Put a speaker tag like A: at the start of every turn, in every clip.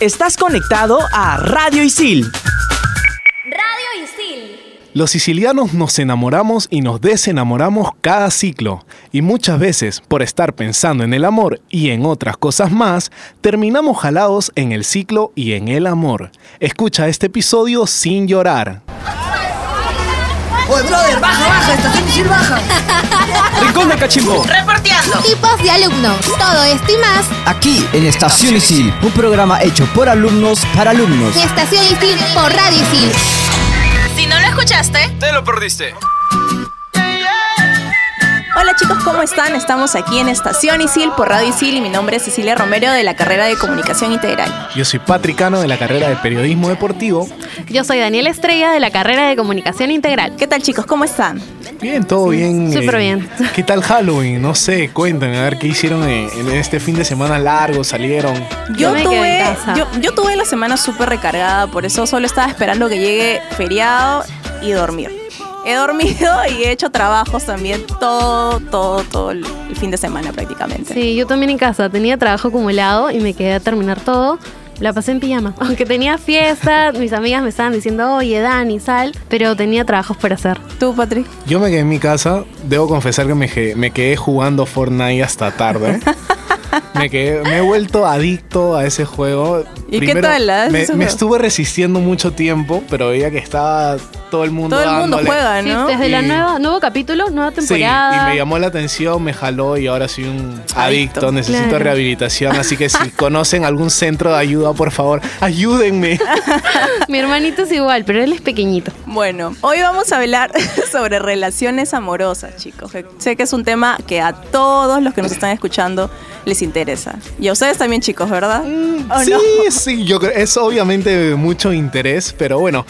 A: Estás conectado a Radio Isil.
B: Radio Isil.
C: Los sicilianos nos enamoramos y nos desenamoramos cada ciclo, y muchas veces, por estar pensando en el amor y en otras cosas más, terminamos jalados en el ciclo y en el amor. Escucha este episodio sin llorar.
D: Oye, brother, baja, baja, estación Isil baja.
A: Rincón de Cachimbo.
E: Reporteando.
F: Tipos de alumnos. Todo esto y más
G: Aquí en Estación Isil, un programa hecho por alumnos para alumnos.
F: en Estación Isil por Radio Isil.
E: Si no lo escuchaste,
A: Te lo perdiste.
H: Hola chicos, ¿cómo están? Estamos aquí en Estación Isil por Radio Isil y mi nombre es Cecilia Romero de la carrera de Comunicación Integral.
C: Yo soy Patricano de la carrera de Periodismo Deportivo.
I: Yo soy Daniela Estrella de la carrera de Comunicación Integral.
H: ¿Qué tal chicos? ¿Cómo están?
C: Bien, todo bien. eh,
I: súper bien.
C: ¿Qué tal Halloween? No sé, cuéntame, a ver qué hicieron en, en este fin de semana largo, salieron.
I: Yo me quedé en casa.
H: yo, yo tuve la semana súper recargada, por eso solo estaba esperando que llegue feriado y dormir. He dormido y he hecho trabajos también todo, todo, todo el el fin de semana prácticamente.
I: Sí, yo también en casa. Tenía trabajo acumulado y me quedé a terminar todo. La pasé en pijama. Aunque tenía fiesta, mis amigas me estaban diciendo, oye, Dani, sal. Pero tenía trabajos por hacer.
H: ¿Tú, Patrick?
C: Yo me quedé en mi casa, debo confesar que me, que- me quedé jugando Fortnite hasta tarde. Me, quedé- me he vuelto adicto a ese juego.
H: ¿Y qué tal, ah,
C: Me,
H: ese
C: me
H: juego?
C: estuve resistiendo mucho tiempo, pero veía que estaba todo el mundo
H: Todo el mundo
C: dándole.
H: juega, ¿no?
I: Sí, desde la
C: Ah, Y-
I: nueva, nuevo capítulo, nueva
C: Sí, y
I: temporada.
C: me llamó la atención, me jaló y ahora soy un adicto,
H: Adicto.
C: necesito
I: Claro.
C: rehabilitación, así que si conocen algún centro de ayuda, por favor, ayúdenme.
I: Mi hermanito es igual, pero él es pequeñito.
H: Bueno, hoy vamos a hablar sobre relaciones amorosas, chicos. que Sé que es un tema que a todos los que nos están escuchando les interesa. Y a ustedes también, chicos, ¿verdad?
I: Mm, Oh,
H: ¿O
C: sí,
H: no?
C: sí, yo creo, es obviamente de mucho interés, pero bueno,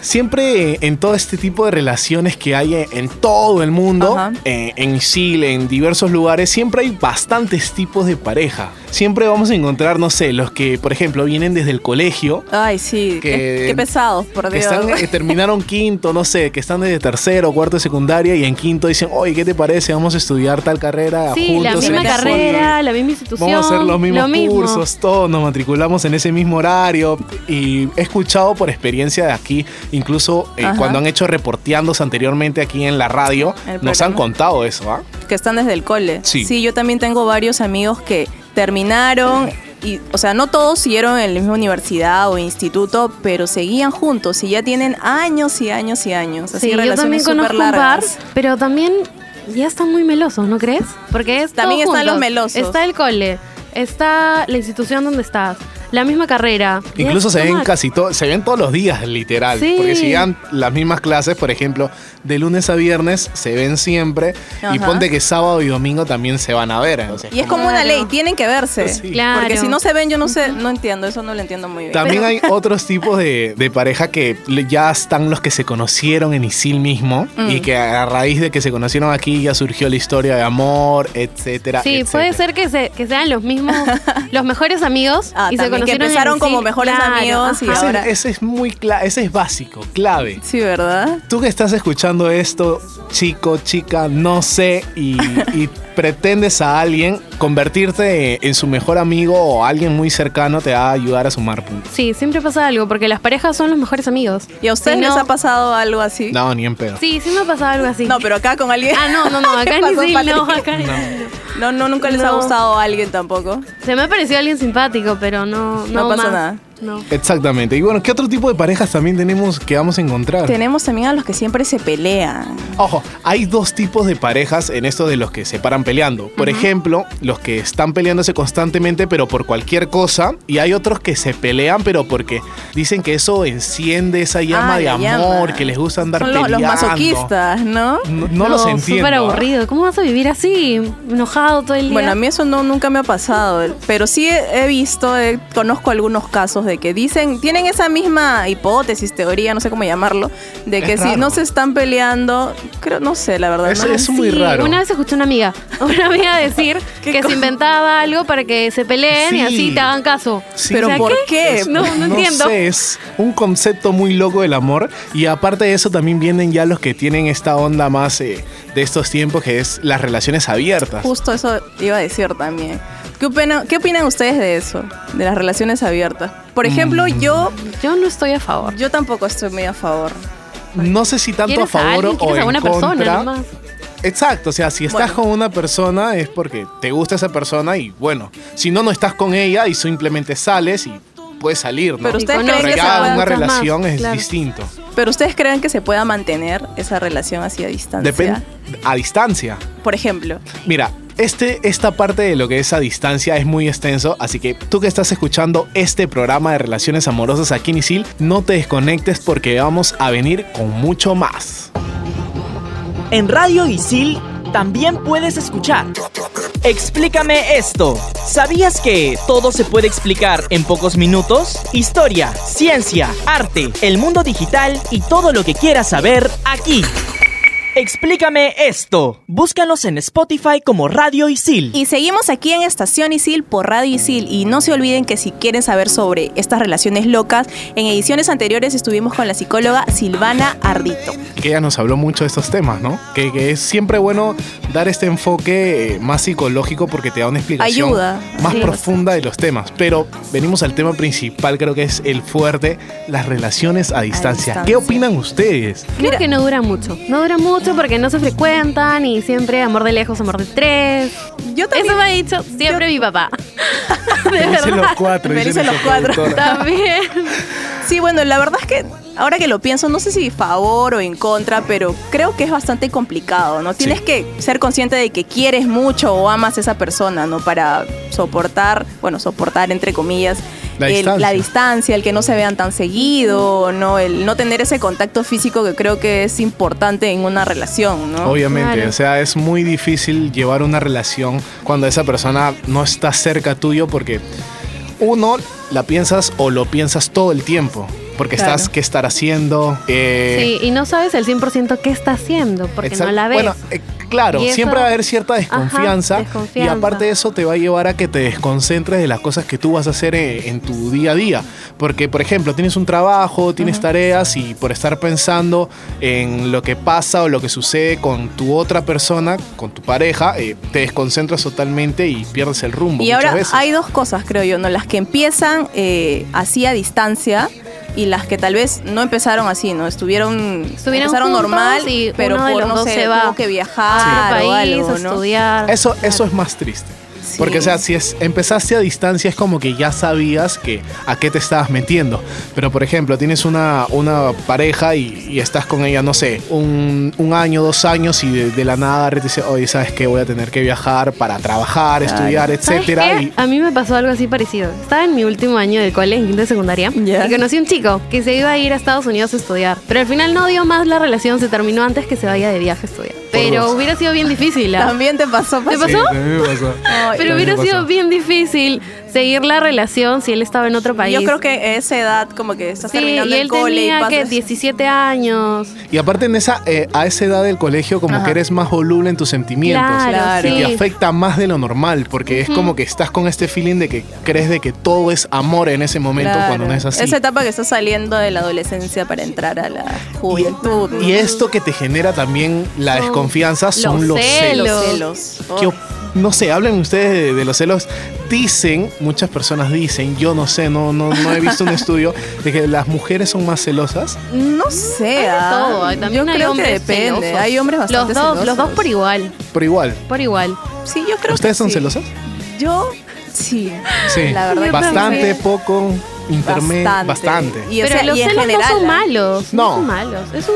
C: siempre eh, en todo este tipo de relaciones que hay en, en todo el mundo,
H: Ajá.
C: eh, en Isil, en diversos lugares, siempre hay bastantes tipos de pareja. Siempre vamos a encontrar, no sé, los que, por ejemplo, vienen desde el colegio.
H: Ay, sí,
C: Que-
H: qué, qué pesados, por
C: Que,
H: Dios.
C: están, eh, que terminaron quinto, no sé, que están desde tercero, cuarto de secundaria y en quinto dicen, oye, ¿qué te parece? Vamos a estudiar tal carrera
I: Sí,
C: Ah, juntos.
I: la
C: en
I: misma
C: tal
I: carrera,
C: colegio".
I: la misma institución.
C: Vamos a hacer los mismos
I: lo mismo.
C: cursos, todos nos matriculamos en ese mismo horario y he escuchado por experiencia de aquí, incluso eh,
H: Ajá.
C: cuando han hecho reporteandos anteriormente aquí en la radio,
H: El
C: nos han
H: programa.
C: contado eso, ¿ah?
H: que están desde el cole.
C: Sí.
H: yo también tengo varios amigos que terminaron y, o sea, no todos siguieron en la misma universidad o instituto, pero seguían juntos y ya tienen años y años y años. Así
I: Sí, yo
H: relaciones
I: también conozco
H: súper
I: un par,
H: largas.
I: pero también ya están muy melosos, ¿no crees? Porque es
H: También
I: todo
H: están los
I: juntos.
H: melosos.
I: Está el cole, está la institución donde estás, la misma carrera. Ya
C: Incluso
I: es
C: se
I: too
C: ven
I: much.
C: casi todo, se ven todos los días, literal.
I: Sí.
C: Porque si dan las mismas clases, por ejemplo, de lunes a viernes se ven siempre. Y
H: Ajá.
C: ponte que sábado y domingo también se van a ver. entonces.
H: Y es como una
I: Claro.
H: ley, tienen que verse.
C: Sí.
I: Claro.
H: Porque si no se ven, yo no sé, no entiendo, eso no lo entiendo muy bien.
C: También hay otros tipos de, de pareja que le- ya están los que se conocieron en Isil mismo
H: Mm.
C: y que a raíz de que se conocieron aquí ya surgió la historia de amor, etcétera.
I: Sí,
C: etcétera.
I: puede ser que, se, que sean los mismos, los mejores amigos
H: Ah,
I: y se
H: también que
I: conocieron. en
H: empezaron
I: el
H: como
I: cine.
H: mejores amigos y
I: ajá.
C: Ese,
H: ahora-
C: ese es muy cla- ese es básico, clave.
H: Sí, ¿verdad?
C: Tú que estás escuchando esto, chico, chica, no sé, y, y pretendes a alguien convertirte en su mejor amigo o alguien muy cercano te va a ayudar a sumar puntos.
I: Sí, siempre pasa algo, porque las parejas son los mejores amigos.
H: ¿Y a ustedes
I: Si no-
H: les ha pasado algo así?
C: No, ni en pedo.
I: Sí, sí me ha pasado algo así.
H: No, pero acá con alguien.
I: Ah, no, no, no, acá
H: ¿Qué
I: en
H: pasó,
I: Isil, no,
H: Patrick?
I: acá en Isil.
H: No, no, nunca les ha
I: No.
H: gustado a alguien tampoco.
I: Se me ha parecido alguien simpático, pero no. No,
H: No pasa
I: más.
H: nada.
I: No.
C: Exactamente. Y bueno, ¿qué otro tipo de parejas también tenemos que vamos a encontrar?
H: Tenemos también a los que siempre se pelean.
C: Ojo, hay dos tipos de parejas en esto de los que se paran peleando. Por ejemplo, los que están peleándose constantemente pero por cualquier cosa. Y hay otros que se pelean pero porque dicen que eso enciende esa llama
H: Ah,
C: de
H: la
C: amor,
H: llama.
C: que les gusta andar
H: Son los,
C: peleando.
H: los masoquistas, ¿no?
C: No, no los entiendo.
I: Súper
C: ¿ah?
I: aburrido. ¿Cómo vas a vivir así? Enojado todo el día.
H: Bueno, a mí eso no, nunca me ha pasado, eh, pero sí he, he visto, eh, conozco algunos casos de que dicen, tienen esa misma hipótesis, teoría, no sé cómo llamarlo, de
C: Es
H: que si
C: raro.
H: no se están peleando, creo, no sé, la verdad.
C: Es-
H: no.
C: es muy
I: Sí,
C: raro.
I: Una vez escuché a una amiga, a una amiga decir
H: ¿Qué
I: que
H: cosa?
I: se inventaba algo para que se peleen y
C: Sí.
I: así te hagan caso.
C: Sí.
H: Pero ¿por qué?
I: No, no, entiendo.
C: sé, es un concepto muy loco del amor. Y aparte de eso, también vienen ya los que tienen esta onda más eh, de estos tiempos, que es las relaciones abiertas.
H: Justo eso iba a decir también. ¿Qué opinan, ¿Qué opinan ustedes de eso? De las relaciones abiertas. Por ejemplo,
C: Mm.
H: yo,
I: Yo no estoy a favor.
H: yo tampoco estoy muy a favor.
C: No sé si tanto a
I: ¿Quieres a
C: favor
I: alguien?
C: o
I: ¿Quieres a
C: en
I: una
C: contra.
I: persona nomás?
C: Exacto, o sea, si estás
H: Bueno.
C: con una persona es porque te gusta esa persona y bueno, si no no estás con ella y simplemente sales y puedes salir, ¿no?
H: Pero
I: usted
H: ustedes
I: con
H: creen
C: Pero
H: que se
I: otras-
C: ya
I: puede
C: una
H: pueda,
I: otras más,
C: relación es
I: claro.
C: distinto.
H: pero ustedes creen que se pueda mantener esa relación así a distancia.
C: Depende a distancia.
H: Por ejemplo,
C: Mira, este, esta parte de lo que es a distancia es muy extenso, así que tú que estás escuchando este programa de relaciones amorosas aquí en Isil, no te desconectes porque vamos a venir con mucho más.
A: En Radio Isil también puedes escuchar. Explícame esto. ¿Sabías que todo se puede explicar en pocos minutos? Historia, ciencia, arte, el mundo digital y todo lo que quieras saber aquí. Explícame esto. Búscanos en Spotify como Radio Isil.
H: Y seguimos aquí en Estación Isil por Radio Isil. Y no se olviden que si quieren saber sobre estas relaciones locas, en ediciones anteriores estuvimos con la psicóloga Silvana Ardito.
C: que ella nos habló mucho de estos temas, ¿no? Que, que es siempre bueno dar este enfoque eh, más psicológico porque te da una explicación
H: Ayuda.
C: más
I: Sí.
C: profunda de los temas. Pero venimos al tema principal, creo que es el fuerte, las relaciones a distancia. ¿Qué
H: distancia.
C: opinan ustedes?
I: Creo
H: Mira.
I: que no dura mucho. No dura mucho porque no se frecuentan y siempre amor de lejos, amor de tres.
H: Yo
I: Eso
H: también
I: me ha dicho siempre mi papá. de
C: Dicen
I: verdad.
C: los cuatro.
H: Me
C: dicen
H: dicen los
C: nuestra
H: cuatro.
C: productora.
I: También.
H: Sí, bueno, la verdad es que ahora que lo pienso, no sé si favor o en contra, pero creo que es bastante complicado, ¿no? Tienes que ser consciente de que quieres mucho o amas a esa persona, ¿no? Para soportar, bueno, soportar entre comillas,
C: La
H: el-
C: distancia.
H: distancia, el que no se vean tan seguido, ¿no? El no tener ese contacto físico que creo que es importante en una relación, ¿no?
C: Obviamente,
I: Claro.
C: o sea, es muy difícil llevar una relación cuando esa persona no está cerca tuyo porque uno la piensas o lo piensas todo el tiempo. Porque
H: Claro.
C: estás, ¿qué estar haciendo? Eh,
I: Sí, y no sabes el 100% qué está haciendo porque no
C: Exacto.
I: la ves.
C: Bueno, eh, claro,
I: Y eso-
C: siempre va a haber cierta
I: Ajá,
C: desconfianza,
I: desconfianza.
C: Y aparte de eso te va a llevar a que te desconcentres de las cosas que tú vas a hacer eh, en tu día a día. Porque, por ejemplo, tienes un trabajo, tienes tareas y por estar pensando en lo que pasa o lo que sucede con tu otra persona, con tu pareja, eh, te desconcentras totalmente y pierdes el rumbo.
H: Y
C: muchas
H: ahora
C: veces.
H: hay dos cosas, creo yo, ¿no? Las que empiezan eh, así a distancia y las que tal vez no empezaron así, ¿no? Estuvieron,
I: Estuvieron
H: empezaron
I: juntos
H: normal,
I: y
H: pero
I: uno de
H: por,
I: los
H: no
I: dos
H: sé,
I: se va
H: tuvo que viajar
I: Otro
H: o
I: país,
H: algo,
I: a
H: ¿no?
I: estudiar.
C: Eso, eso es más triste.
H: Sí.
C: Porque, o sea, si es, empezaste a distancia es como que ya sabías que a qué te estabas metiendo. Pero, por ejemplo, tienes una, una pareja y, y estás con ella, no sé, un, un año, dos años y de, de la nada te dice, oye, ¿sabes qué? Voy a tener que viajar para trabajar, estudiar,
I: ¿Sabes
C: etcétera.
I: qué?
C: Y
I: A mí me pasó algo así parecido. Estaba en mi último año del cole, en quinto de secundaria,
H: Ya.
I: y conocí a un chico que se iba a ir a Estados Unidos a estudiar. Pero al final no dio más la relación, se terminó antes que se vaya de viaje a estudiar. Pero
C: dos.
I: hubiera sido bien difícil. ¿ah?
H: También te pasó,
I: ¿Te pasó?
H: Ay,
I: Pero hubiera sido bien difícil seguir la relación si él estaba en otro país.
H: Yo creo que a esa edad como que estás
I: sí,
H: terminando
I: y él
H: el cole y
I: tenía
H: pasas...
I: que 17 años.
C: y aparte en esa, eh, a esa edad del colegio como
H: Ajá.
C: que eres más voluble en tus sentimientos.
I: Claro,
C: Y te
I: sí.
C: afecta más de lo normal, porque es como que estás con este feeling de que crees de que todo es amor en ese momento
H: Claro.
C: cuando no es así.
H: Esa etapa que estás saliendo de la adolescencia para entrar a la juventud.
C: Y esto que te genera también la
I: Son
C: desconfianza son
I: los
C: los celos.
I: celos.
H: Los celos.
C: Que
H: Oh.
C: op- no sé, hablen ustedes de, de los celos. Dicen, muchas personas dicen, yo no sé, no, no, no he visto un estudio de que las mujeres son más celosas.
H: No sé.
I: de
H: ah.
I: todo, hay- también
H: yo
I: hay
H: creo que
I: hombres
H: depende.
I: celosos.
H: Hay hombres
I: Los
H: bastante
I: dos, los dos por igual,
C: Pero igual,
I: por igual.
H: Sí, yo creo
C: ¿ustedes
H: que
C: son
H: sí.
C: celosas?
H: Yo sí.
C: Sí,
H: La verdad que
C: bastante,
H: sí.
C: poco, intermedio, bastante.
H: Y, o
I: Pero
H: sea,
I: los
H: y en
I: celos
H: general,
I: no son
H: ¿ah?
I: malos.
C: No.
I: No. son malos. Es un,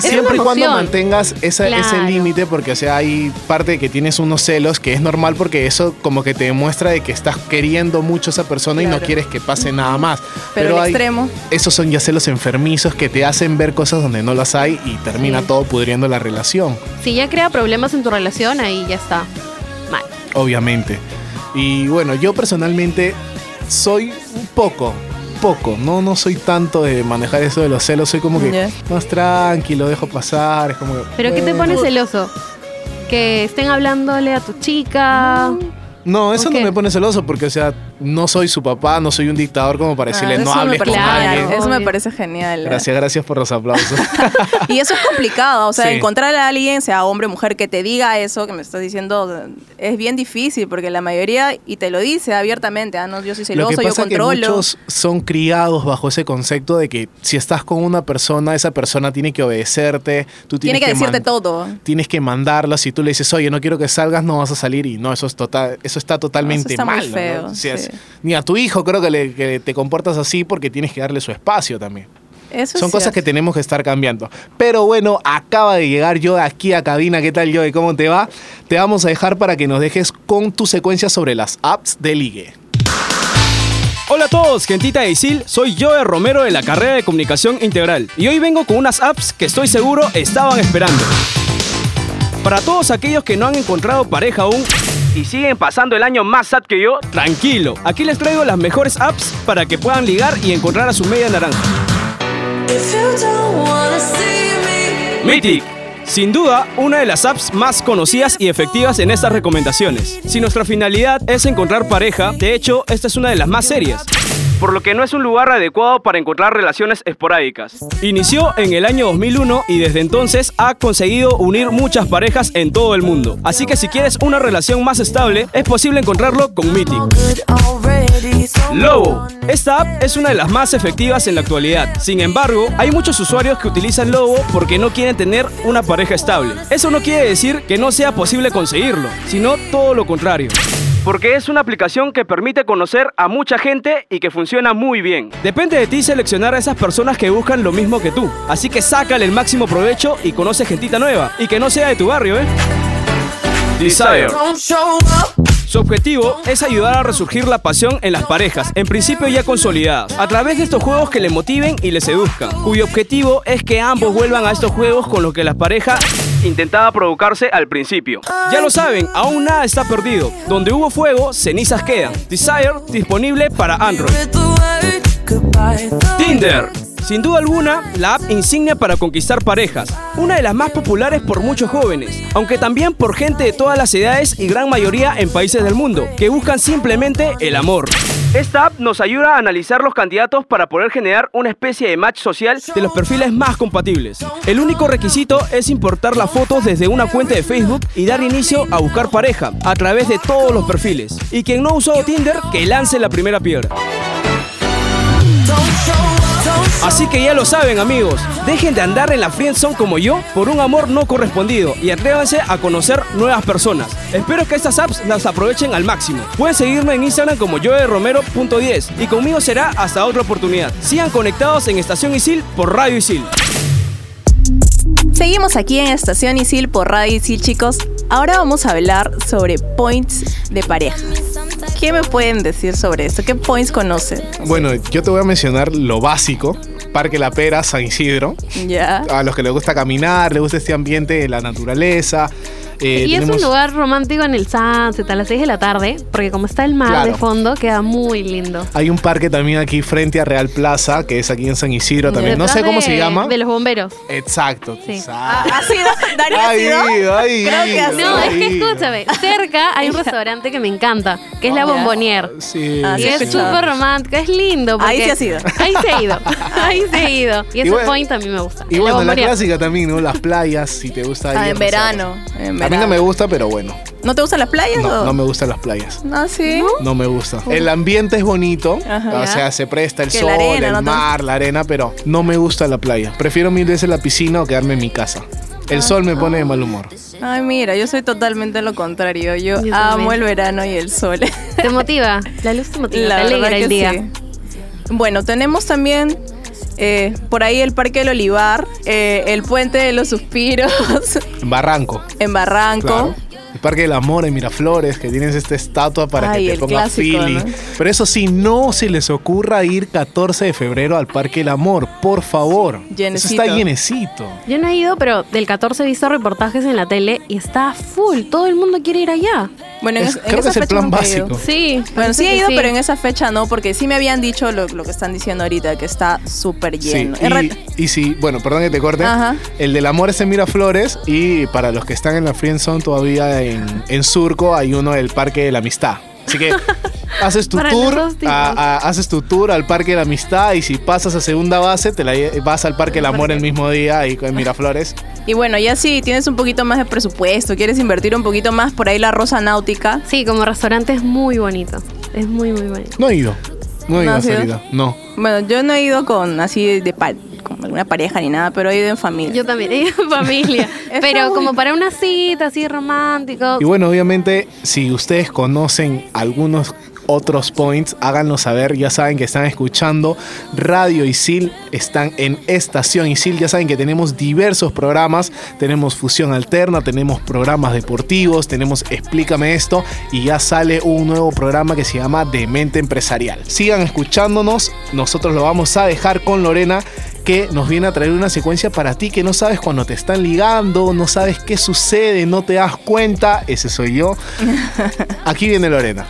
I: es
C: Siempre y
I: una
C: cuando
I: emoción.
C: mantengas esa- ese
I: Claro.
C: límite, porque o sea, hay parte de que tienes unos celos que es normal porque eso como que te demuestra de que estás queriendo mucho a esa persona y no
H: Claro.
C: quieres que pase nada más.
H: Pero, el
C: hay-
H: extremo.
C: Esos son ya celos enfermizos que te hacen ver cosas donde no las hay y termina
I: Sí.
C: todo pudriendo la relación,
I: Si ya crea problemas en tu relación, ahí ya está. Mal.
C: obviamente. Y bueno, yo personalmente soy un poco, poco, no, no soy tanto de manejar eso de los celos, soy como que
H: Ya.
C: más tranquilo, dejo pasar, es como... que,
I: ¿Pero qué te
C: bueno.
I: pone celoso? Que estén hablándole a tu chica.
C: No, eso
I: ¿O qué?
C: Mm. no me pone celoso porque, o sea, No soy su papá, no soy un dictador como para decirle
H: Ah,
C: no
H: eso me
C: hables con
H: parece-
C: alguien.
H: Eso me
I: Obvio.
H: parece genial.
C: Gracias, gracias por los aplausos.
H: Y eso es complicado, o sea,
C: Sí.
H: encontrar a alguien, sea hombre o mujer, que te diga eso que me estás diciendo, es bien difícil, porque la mayoría, y te lo dice abiertamente, ah, no, yo soy
C: Lo que
H: celoso, yo
C: pasa es que
H: controlo.
C: muchos son criados bajo ese concepto de que si estás con una persona, esa persona tiene que obedecerte, tú
H: Tiene
C: tienes
H: que decirte
C: man-
H: todo.
C: Tienes que mandarla, si tú le dices, oye, no quiero que salgas, no vas a salir. Y no, eso es total, eso está totalmente
H: está muy
C: mal. ¿no?
H: feo,
C: O sea, es-
H: sí.
C: Ni a tu hijo creo que, le- que te comportas así porque tienes que darle su espacio también.
H: Eso
C: Son
H: es
C: cosas que
H: cierto.
C: tenemos que estar cambiando. Pero bueno, acaba de llegar yo aquí a cabina. ¿Qué tal yo? ¿Cómo te va? Te vamos a dejar para que nos dejes con tu secuencia sobre las apps de ligue.
J: Hola a todos, gentita de Isil, soy Joe Romero de la carrera de Comunicación Integral y hoy vengo con unas apps que estoy seguro estaban esperando. Para todos aquellos que no han encontrado pareja aún y siguen pasando el año más sad que yo, tranquilo, aquí les traigo las mejores apps para que puedan ligar y encontrar a su media naranja. Mythic. Sin duda, una de las apps más conocidas y efectivas en estas recomendaciones. Si nuestra finalidad es encontrar pareja, de hecho, esta es una de las más serias. Por lo que no es un lugar adecuado para encontrar relaciones esporádicas. Inició en el año 2001 y desde entonces ha conseguido unir muchas parejas en todo el mundo. Así que si quieres una relación más estable, es posible encontrarlo con Mythic. Lobo. Esta app es una de las más efectivas en la actualidad. Sin embargo, hay muchos usuarios que utilizan Lobo porque no quieren tener una pareja estable. Eso no quiere decir que no sea posible conseguirlo, sino todo lo contrario. Porque es una aplicación que permite conocer a mucha gente y que funciona muy bien. Depende de ti seleccionar a esas personas que buscan lo mismo que tú. Así que sácale el máximo provecho y conoce gentita nueva. Y que no sea de tu barrio, ¿eh? Desire. Su objetivo es ayudar a resurgir la pasión en las parejas, en principio ya consolidadas, a través de estos juegos que le motiven y le seduzcan, cuyo objetivo es que ambos vuelvan a estos juegos con los que las parejas intentaba provocarse al principio. Ya lo saben, aún nada está perdido. Donde hubo fuego, cenizas quedan. Desire disponible para Android. Tinder. Sin duda alguna, la app insignia para conquistar parejas, una de las más populares por muchos jóvenes, aunque también por gente de todas las edades y gran mayoría en países del mundo, que buscan simplemente el amor. Esta app nos ayuda a analizar los candidatos para poder generar una especie de match social de los perfiles más compatibles. El único requisito es importar las fotos desde una cuenta de Facebook y dar inicio a buscar pareja a través de todos los perfiles. Y quien no ha usado Tinder, que lance la primera piedra. Así que ya lo saben amigos, dejen de andar en la friendzone como yo por un amor no correspondido y atrévanse a conocer nuevas personas. Espero que estas apps las aprovechen al máximo. Pueden seguirme en Instagram como joeromero.10 y conmigo será hasta otra oportunidad. Sigan conectados en Estación Isil por Radio Isil.
H: Seguimos aquí en Estación Isil por Radio Isil, chicos. Ahora vamos a hablar sobre points de pareja. ¿Qué me pueden decir sobre esto? ¿Qué points conocen?
C: Bueno, yo te voy a mencionar lo básico. Parque La Pera, San Isidro.
H: Ya.
C: A los que les gusta caminar, les gusta este ambiente de la naturaleza. Eh,
I: y es
C: tenemos-
I: un lugar romántico en el sunset a las 6 de la tarde, porque como está el mar
C: Claro.
I: de fondo, queda muy lindo.
C: Hay un parque también aquí frente a Real Plaza, que es aquí en San Isidro también. No sé
I: Detrás
C: cómo
I: de-
C: se llama.
I: De los bomberos.
C: Exacto.
I: Sí. ah,
H: Ah,
C: exacto.
H: ¿Ha sido? ¿Dani ha
C: Ay,
H: sido?
C: ay,
H: Creo que ha
C: ay.
H: sido.
I: No, es que
C: Sí.
I: escúchame, cerca hay un restaurante que me encanta, que es la
H: Oh, Ya.
I: Bombonier.
C: Sí.
H: Ah,
I: Y
H: sí,
I: es
H: sí.
I: súper romántico, es lindo.
H: Ahí
I: porque-
H: sí has ido.
I: Ahí se ha ido. Ahí se ha ido. Y ese
C: bueno-
I: point a mí me gusta.
C: Y
I: La
C: bueno, la
I: Bombonier.
C: clásica también, ¿no? Las playas, si te gusta
H: Ah,
C: ir,
H: en
C: no sé.
H: verano. en
C: A mí no
H: verano.
C: me gusta, pero bueno.
H: ¿No te gustan las playas
C: No,
H: o?
C: no me gustan las playas.
H: No, sí.
C: No me gusta. El ambiente es bonito,
H: Ajá.
C: o sea, se presta el
H: Que
C: sol,
H: la arena,
C: el
H: ¿no?
C: mar, la arena, pero no me gusta la playa. Prefiero mil veces la piscina o quedarme en mi casa. El
H: Ah.
C: sol me pone de mal humor.
H: Ay, mira, yo soy totalmente lo contrario. Yo,
I: Yo
H: amo
I: también.
H: el verano y el sol.
I: Te motiva. La luz te motiva.
H: La
I: te
H: verdad
I: alegra
H: que
I: el día.
H: sí. Bueno, tenemos también eh, por ahí el Parque del Olivar, eh, el Puente de los Suspiros
C: Barranco.
H: en Barranco.
C: Claro. El Parque del Amor en Miraflores, que tienes esta estatua para
H: Ay,
C: que te
H: el
C: ponga
H: clásico,
C: feeling.
H: ¿no?
C: Pero eso sí, no se les ocurra ir 14 de febrero al Parque del Amor, por favor.
H: Llenecito.
C: Eso está llenecito.
I: Yo no he ido, pero del 14 he visto reportajes en la tele y está full. Todo el mundo quiere ir allá.
H: Bueno, en,
C: Es-
H: en
C: creo que
H: esa
C: es el
H: fecha
C: plan
H: nunca he ido.
C: básico.
I: Sí.
H: Bueno,
I: parece
H: sí he
I: que
H: ido, pero en esa fecha no, porque sí me habían dicho lo, lo que están diciendo ahorita, que está súper lleno.
C: Sí,
H: En re-
C: y, y sí, bueno, perdón que te corte.
H: Ajá.
C: El del amor es en Miraflores y para los que están en la Friendzone todavía en, en Surco hay uno del Parque de la Amistad. Así que haces tu
I: Para
C: tour,
I: los dos tipos.
C: a- a- haces tu tour al Parque de la Amistad y si pasas a segunda base, te la lle- vas al Parque del Amor el mismo día ahí en Miraflores.
H: Y bueno, ya si tienes un poquito más de presupuesto, quieres invertir un poquito más por ahí la Rosa Náutica.
I: Sí, como restaurante es muy bonito. Es muy, muy bonito.
C: No he ido. No he
H: ¿No
C: ido,
H: has ido?
C: Sarita, No.
H: Bueno, yo no he ido con así de pa- con alguna pareja ni nada, pero he ido en familia.
I: Yo también, en familia. Pero como para una cita así romántico.
C: Y bueno, obviamente, si ustedes conocen algunos otros points, háganlo saber. Ya saben que están escuchando Radio Isil, están en Estación Isil. Ya saben que tenemos diversos programas: tenemos Fusión Alterna, tenemos programas deportivos, tenemos Explícame esto. Y ya sale un nuevo programa que se llama Demente Empresarial. Sigan escuchándonos, nosotros lo vamos a dejar con Lorena que nos viene a traer una secuencia para ti que no sabes cuando te están ligando, no sabes qué sucede, no te das cuenta. Ese soy yo. Aquí viene Lorena.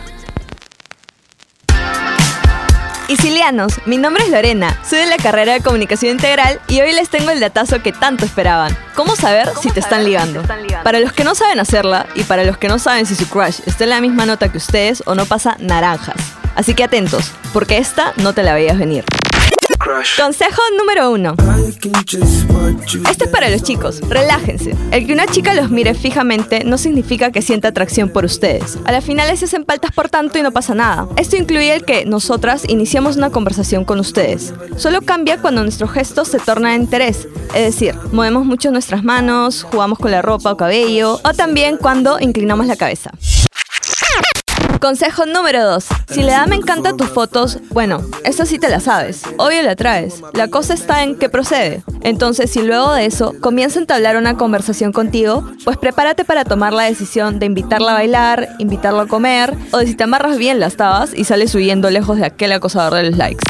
K: Isilianos, mi nombre es Lorena, soy de la carrera de comunicación integral y hoy les tengo el datazo que tanto esperaban. ¿Cómo saber si te están ligando? Para los que no saben hacerla y para los que no saben si su crush está en la misma nota que ustedes o no pasa naranjas. Así que atentos, porque esta no te la veías venir. Consejo número uno. Este es para los chicos, relájense. El que una chica los mire fijamente no significa que sienta atracción por ustedes. A la final se hacen paltas por tanto y no pasa nada. Esto incluye el que nosotras iniciamos una conversación con ustedes. Solo cambia cuando nuestro gesto se torna de interés. Es decir, movemos mucho nuestras manos, jugamos con la ropa o cabello, o también cuando inclinamos la cabeza. Consejo número 2. Si le da me encanta a tus fotos, bueno, esta sí te la sabes. Obvio la traes. La cosa está en qué procede. Entonces, si luego de eso comienza a entablar una conversación contigo, pues prepárate para tomar la decisión de invitarla a bailar, invitarla a comer, o de si te amarras bien las tabas y sales huyendo lejos de aquel acosador de los likes.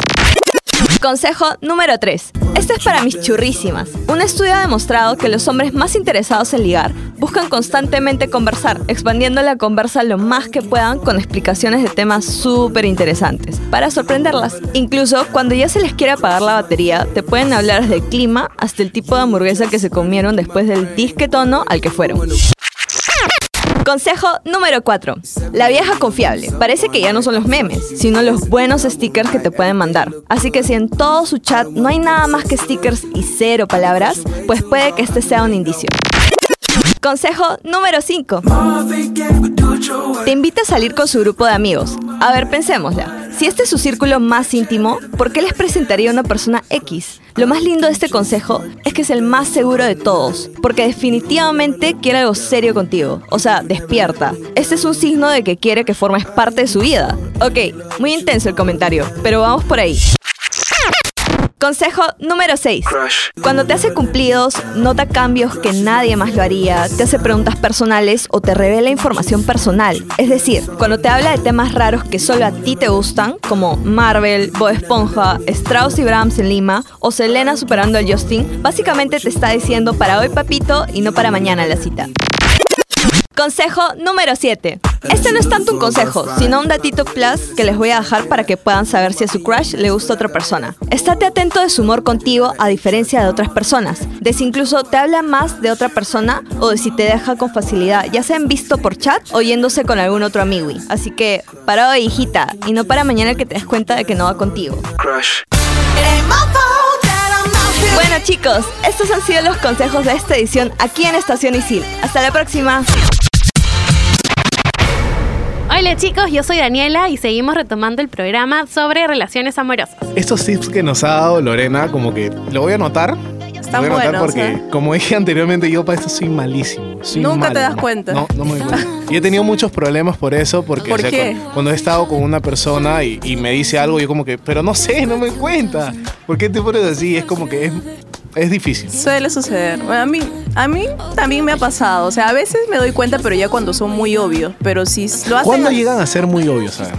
K: Consejo número 3. Este es para mis churrísimas. Un estudio ha demostrado que los hombres más interesados en ligar buscan constantemente conversar, expandiendo la conversa lo más que puedan con explicaciones de temas súper interesantes, para sorprenderlas. Incluso cuando ya se les quiere apagar la batería, te pueden hablar desde el clima hasta el tipo de hamburguesa que se comieron después del disquetono al que fueron. Consejo número 4. La vieja confiable. Parece que ya no son los memes, sino los buenos stickers que te pueden mandar. Así que si en todo su chat no hay nada más que stickers y cero palabras, pues puede que este sea un indicio. Consejo número 5. Te invita a salir con su grupo de amigos. A ver, pensémosla. Si este es su círculo más íntimo, ¿por qué les presentaría una persona X? Lo más lindo de este consejo es que es el más seguro de todos, porque definitivamente quiere algo serio contigo. O sea, despierta. Este es un signo de que quiere que formes parte de su vida. Ok, muy intenso el comentario, pero vamos por ahí. Consejo número 6. Cuando te hace cumplidos, nota cambios que nadie más lo haría, te hace preguntas personales o te revela información personal. Es decir, cuando te habla de temas raros que solo a ti te gustan, como Marvel, Bob Esponja, Strauss y Brahms en Lima o Selena superando al Justin, básicamente te está diciendo para hoy papito y no para mañana la cita. Consejo número 7. Este no es tanto un consejo, sino un datito plus que les voy a dejar para que puedan saber si a su crush le gusta otra persona. Estate atento de su humor contigo a diferencia de otras personas, de si incluso te habla más de otra persona o de si te deja con facilidad, ya sea en visto por chat o yéndose con algún otro amigui. Así que, para hoy, hijita, y no para mañana que te des cuenta de que no va contigo. Bueno chicos, estos han sido los consejos de esta edición aquí en Estación Isil. Hasta la próxima.
I: Hola chicos, yo soy Daniela y seguimos retomando el programa sobre relaciones amorosas.
C: Estos tips que nos ha dado Lorena, como que lo voy a anotar.
I: Están
C: lo voy a anotar
I: buenos,
C: porque,
I: ¿eh?
C: como dije anteriormente, yo para esto soy malísimo. soy
H: Nunca
C: malo.
H: te das cuenta.
C: No, no me doy cuenta. Y he tenido muchos problemas por eso, porque
H: ¿Por
C: o sea,
H: qué?
C: cu- cuando he estado con una persona y, y me dice algo, yo como que, pero no sé, no me cuenta. ¿Por qué te pones así? Es como que es, es difícil.
H: Suele suceder. Bueno, a mí, a mí también me ha pasado. O sea, a veces me doy cuenta, pero ya cuando son muy obvios. Pero si lo hacen.
C: ¿Cuándo llegan a ser muy obvios? a ver?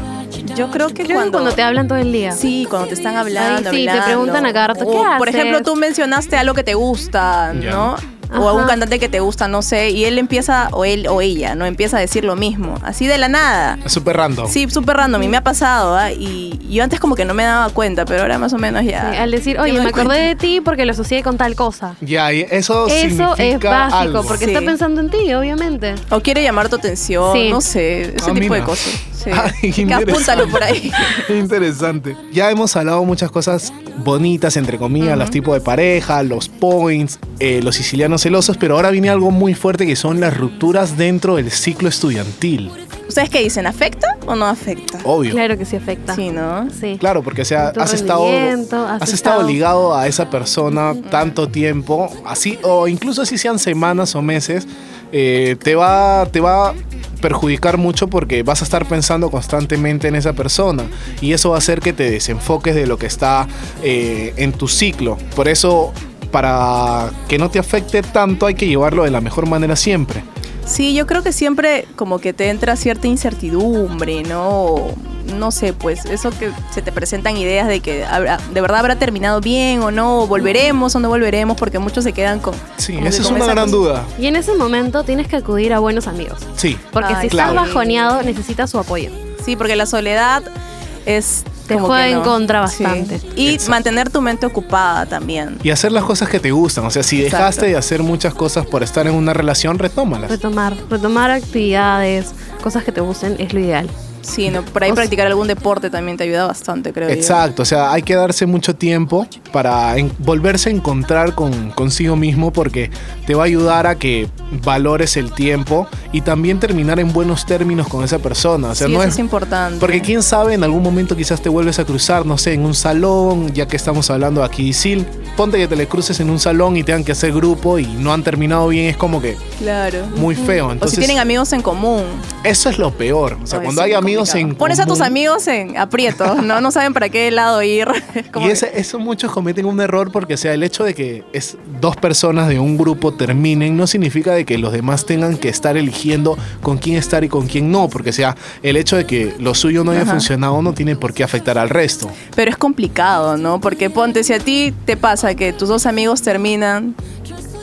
H: Yo creo que cuando,
I: te hablan todo el día.
H: Sí, cuando te están hablando.
I: Ay, sí, te
H: hablando.
I: preguntan a cada rato,
H: O,
I: ¿qué
H: Por
I: haces?
H: ejemplo, tú mencionaste algo que te gusta,
I: Ya.
H: ¿no? O a un
I: Ajá.
H: cantante que te gusta, no sé, y él empieza, o él o ella, ¿no? Empieza a decir lo mismo, así de la nada.
C: Es súper random.
H: Sí, súper random, y me ha pasado, ¿ah? Y yo antes como que no me daba cuenta, pero ahora más o menos ya.
I: Al decir,
H: ya
I: oye,
H: doy
I: me
H: cuenta".
I: acordé de ti porque lo asocié con tal cosa.
C: Ya, y
I: Eso
C: eso,
I: es
C: significa
I: básico,
C: algo.
I: porque está pensando en ti, obviamente.
H: O quiere llamar tu atención,
I: Sí.
H: no sé, ese
C: A mí
H: tipo de
C: no.
H: cosas. Sí.
C: Ay,
H: Que apúntalo por ahí.
C: Interesante. Ya hemos hablado muchas cosas bonitas, entre comillas, los tipos de pareja, los points, eh, los sicilianos celosos, pero ahora viene algo muy fuerte que son las rupturas dentro del ciclo estudiantil.
H: ¿Ustedes qué dicen? ¿Afecta o no afecta?
C: Obvio.
I: Claro que sí afecta.
H: Sí, ¿no?
I: Sí.
C: Claro, porque o sea,
I: Tu
C: has estado,
I: rendimiento, has
C: has estado
I: estado-
C: ligado a esa persona tanto tiempo, así o incluso si sean semanas o meses, eh, te va te va a perjudicar mucho porque vas a estar pensando constantemente en esa persona y eso va a hacer que te desenfoques de lo que está eh, en tu ciclo. Por eso para que no te afecte tanto hay que llevarlo de la mejor manera siempre.
H: Sí, yo creo que siempre como que te entra cierta incertidumbre, ¿no? O, No sé, pues eso que se te presentan ideas de que habrá- de verdad habrá terminado bien o no, o volveremos o no volveremos, porque muchos se quedan con...
C: Sí,
H: como que
C: esa es
H: con
C: una
H: esa
C: gran
H: cosa.
C: duda.
I: Y en ese momento tienes que acudir a buenos amigos.
C: Sí.
I: Porque
H: Ay,
I: si
H: claro.
I: estás bajoneado, necesitas su apoyo.
H: Sí, porque la soledad es...
I: Te
H: como que
I: juega en
H: no.
I: contra
H: Sí.
I: bastante.
H: Y mantener tu mente ocupada también.
C: Y hacer las cosas que te gustan. O sea, si
H: Exacto.
C: dejaste de hacer muchas cosas por estar en una relación, retómalas.
I: Retomar, retomar actividades, cosas que te gusten es lo ideal.
H: Sí, ¿no? por ahí practicar algún deporte también te ayuda bastante, creo. yo.
C: Exacto, o sea, hay que darse mucho tiempo para en- volverse a encontrar con consigo mismo porque te va a ayudar a que valores el tiempo y también terminar en buenos términos con esa persona. O sea,
H: sí,
C: no
H: eso
C: es,
H: es, importante.
C: porque quién sabe, en algún momento quizás te vuelves a cruzar, no sé, en un salón, ya que estamos hablando aquí de Sil, ponte que te le cruces en un salón y tengan que hacer grupo y no han terminado bien, es como que
H: Claro.
C: muy feo.
H: o si
C: Entonces,
H: tienen amigos en común.
C: eso es lo peor. O sea,
I: Pues
H: Ay,
C: cuando
H: sí,
C: hay amigos en
H: complicado. Pones a tus
C: común-
H: amigos en aprietos, ¿no? No saben para qué lado ir. Como
C: Y ese- eso muchos cometen un error porque, o sea, el hecho de que es dos personas de un grupo terminen no significa de que los demás tengan que estar eligiendo con quién estar y con quién no, porque, o sea, el hecho de que lo suyo no haya
H: Ajá.
C: funcionado no tiene por qué afectar al resto.
H: que- Pero es complicado, ¿no? Porque ponte, si a ti te pasa que tus dos amigos terminan,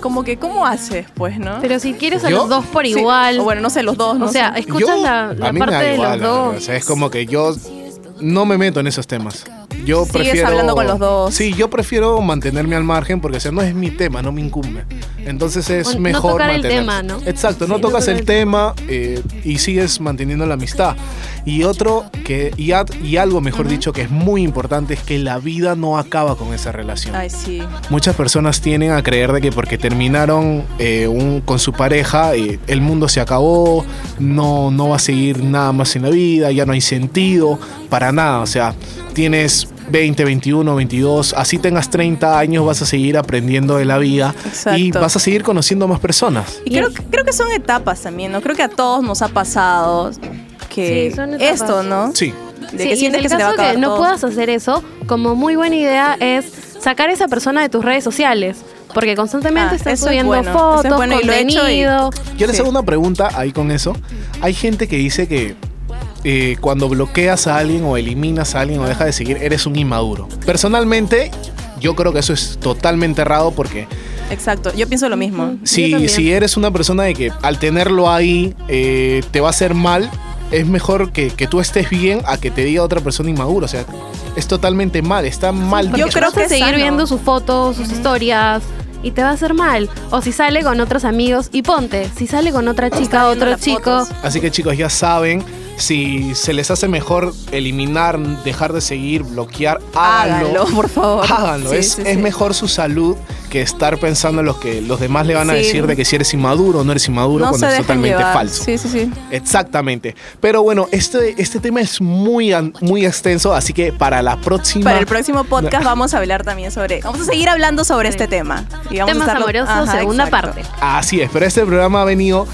H: como que, ¿cómo haces, pues, no?
I: Pero si quieres a
C: ¿Yo?
I: los dos por
H: Sí,
I: igual.
H: o bueno, no sé, los dos, no
I: o sea,
H: sé.
I: escuchas
C: Yo-
I: la, la
C: a mí me
I: parte
C: da
I: de los
C: igual, la verdad,
I: dos.
C: o sea, es como que yo no me meto en esos temas. Yo
H: Sigues
C: prefiero.
H: hablando con los dos.
C: Sí, yo prefiero mantenerme al margen porque, o sea, no es mi tema, no me incumbe. Entonces es
I: O no
C: mejor
I: tocar el
C: mantenerse.
I: tema, ¿no?
C: Exacto, no
I: Sí, no
C: tocas
I: tocar
C: el
I: el
C: tema eh, y sigues manteniendo la amistad. Y otro que, y, ad- y algo mejor dicho que es muy importante es que la vida no acaba con esa relación.
H: Ay, sí.
C: Muchas personas tienen a creer de que porque terminaron eh, un- con su pareja, eh, el mundo se acabó, no, no va a seguir nada más en la vida, ya no hay sentido, para nada. O sea, tienes 20, 21, 22, así tengas 30 años, vas a seguir aprendiendo de la vida y
H: Exacto.
C: vas a seguir conociendo más personas.
H: Y creo, creo que son etapas también, ¿no? Creo que a todos nos ha pasado que
I: Sí, son etapas.
H: esto, ¿no?
C: Sí,
I: Sí,
H: De que
I: y en
H: sientes
I: el
H: que se te va a
I: caso
H: acabar
I: que no
H: todo.
I: puedas hacer eso, como muy buena idea es sacar a esa persona de tus redes sociales. Porque constantemente
H: Ah,
I: estás
H: eso es
I: subiendo
H: bueno, eso es
I: fotos,
H: bueno y lo he hecho y-
I: contenido.
C: Yo les
H: Sí.
C: hago una pregunta ahí con eso. Hay gente que dice que eh, cuando bloqueas a alguien o eliminas a alguien o dejas de seguir, eres un inmaduro. Personalmente, yo creo que eso es totalmente errado porque
H: Exacto, yo pienso lo mismo.
C: si,
I: también.
C: si eres una persona de que al tenerlo ahí eh, te va a hacer mal, es mejor que, que tú estés bien a que te diga otra persona inmaduro. O sea, es totalmente mal, está mal.
H: Yo
I: Yo
C: visto.
I: creo
H: creo que
I: que
H: es
I: seguir
H: sano.
I: viendo sus fotos, sus historias y te va a hacer mal. O si sale con otros amigos y ponte, si sale con otra chica,
H: viendo
I: otro
H: las
I: chico,
H: fotos.
C: Así que chicos, ya saben, si se les hace mejor eliminar, dejar de seguir, bloquear,
H: Háganlo, por favor.
C: Háganlo,
H: Sí,
C: es,
H: sí,
C: es
H: sí.
C: mejor su salud que estar pensando en lo que los demás le van a
H: Sí.
C: decir de que si eres inmaduro o no eres inmaduro cuando es
H: dejen
C: totalmente
H: llevar.
C: falso.
H: Sí, sí, sí.
C: Exactamente. Pero bueno, este, este tema es muy, an- muy extenso, así que para la próxima...
H: Para el próximo podcast vamos a hablar también sobre. Vamos a seguir hablando sobre este tema. Y vamos a
I: temas
H: estarlo-
I: amorosos,
H: Ajá,
I: segunda
H: exacto.
I: parte.
C: Así es, pero este programa ha venido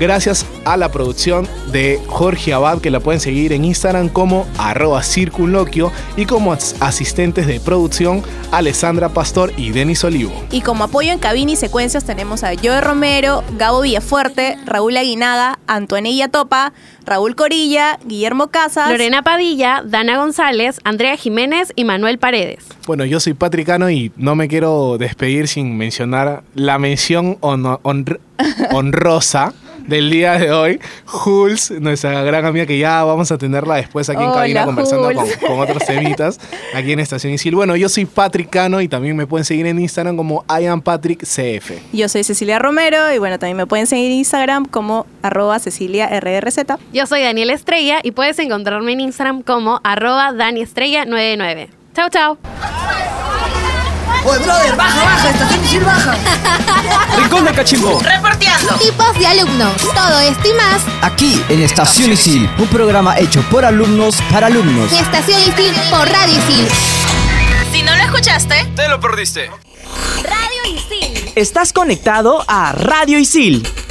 C: gracias a la producción de Jorge Abad, que la pueden seguir en Instagram como arroba circunloquio y como as- asistentes de producción Alessandra Pastor y Denis Olivo.
H: Y como apoyo en cabina y secuencias tenemos a Joe Romero, Gabo Villafuerte, Raúl Aguinaga, Antonella Topa, Raúl Corilla, Guillermo Casas.
I: Lorena Padilla, Dana González, Andrea Jiménez y Manuel Paredes.
C: Bueno, yo soy Patricano y no me quiero despedir sin mencionar la mención hono- honr- honrosa del día de hoy, Jules, nuestra gran amiga que ya vamos a tenerla después aquí en
K: Hola,
C: cabina conversando con,
K: Jules.
C: con otros temitas aquí en Estación Isil. Bueno, yo soy Patrick Cano y también me pueden seguir en Instagram como IamPatrickCF.
H: Yo soy Cecilia Romero y bueno, también me pueden seguir en Instagram como arroba ceciliarrz.
I: Yo soy Daniel Estrella y puedes encontrarme en Instagram como arroba daniestrella99. Chao, chao.
D: Oye, brother, baja, baja, estación Isil baja.
J: Rincón de Cachimbo.
F: Reporteando. Tipos de alumnos. Todo esto y más
G: Aquí en Estación Isil, un programa hecho por alumnos para alumnos.
F: en Estación Isil por Radio Isil.
E: Si no lo escuchaste,
J: Te lo perdiste.
A: Estás conectado a Radio Isil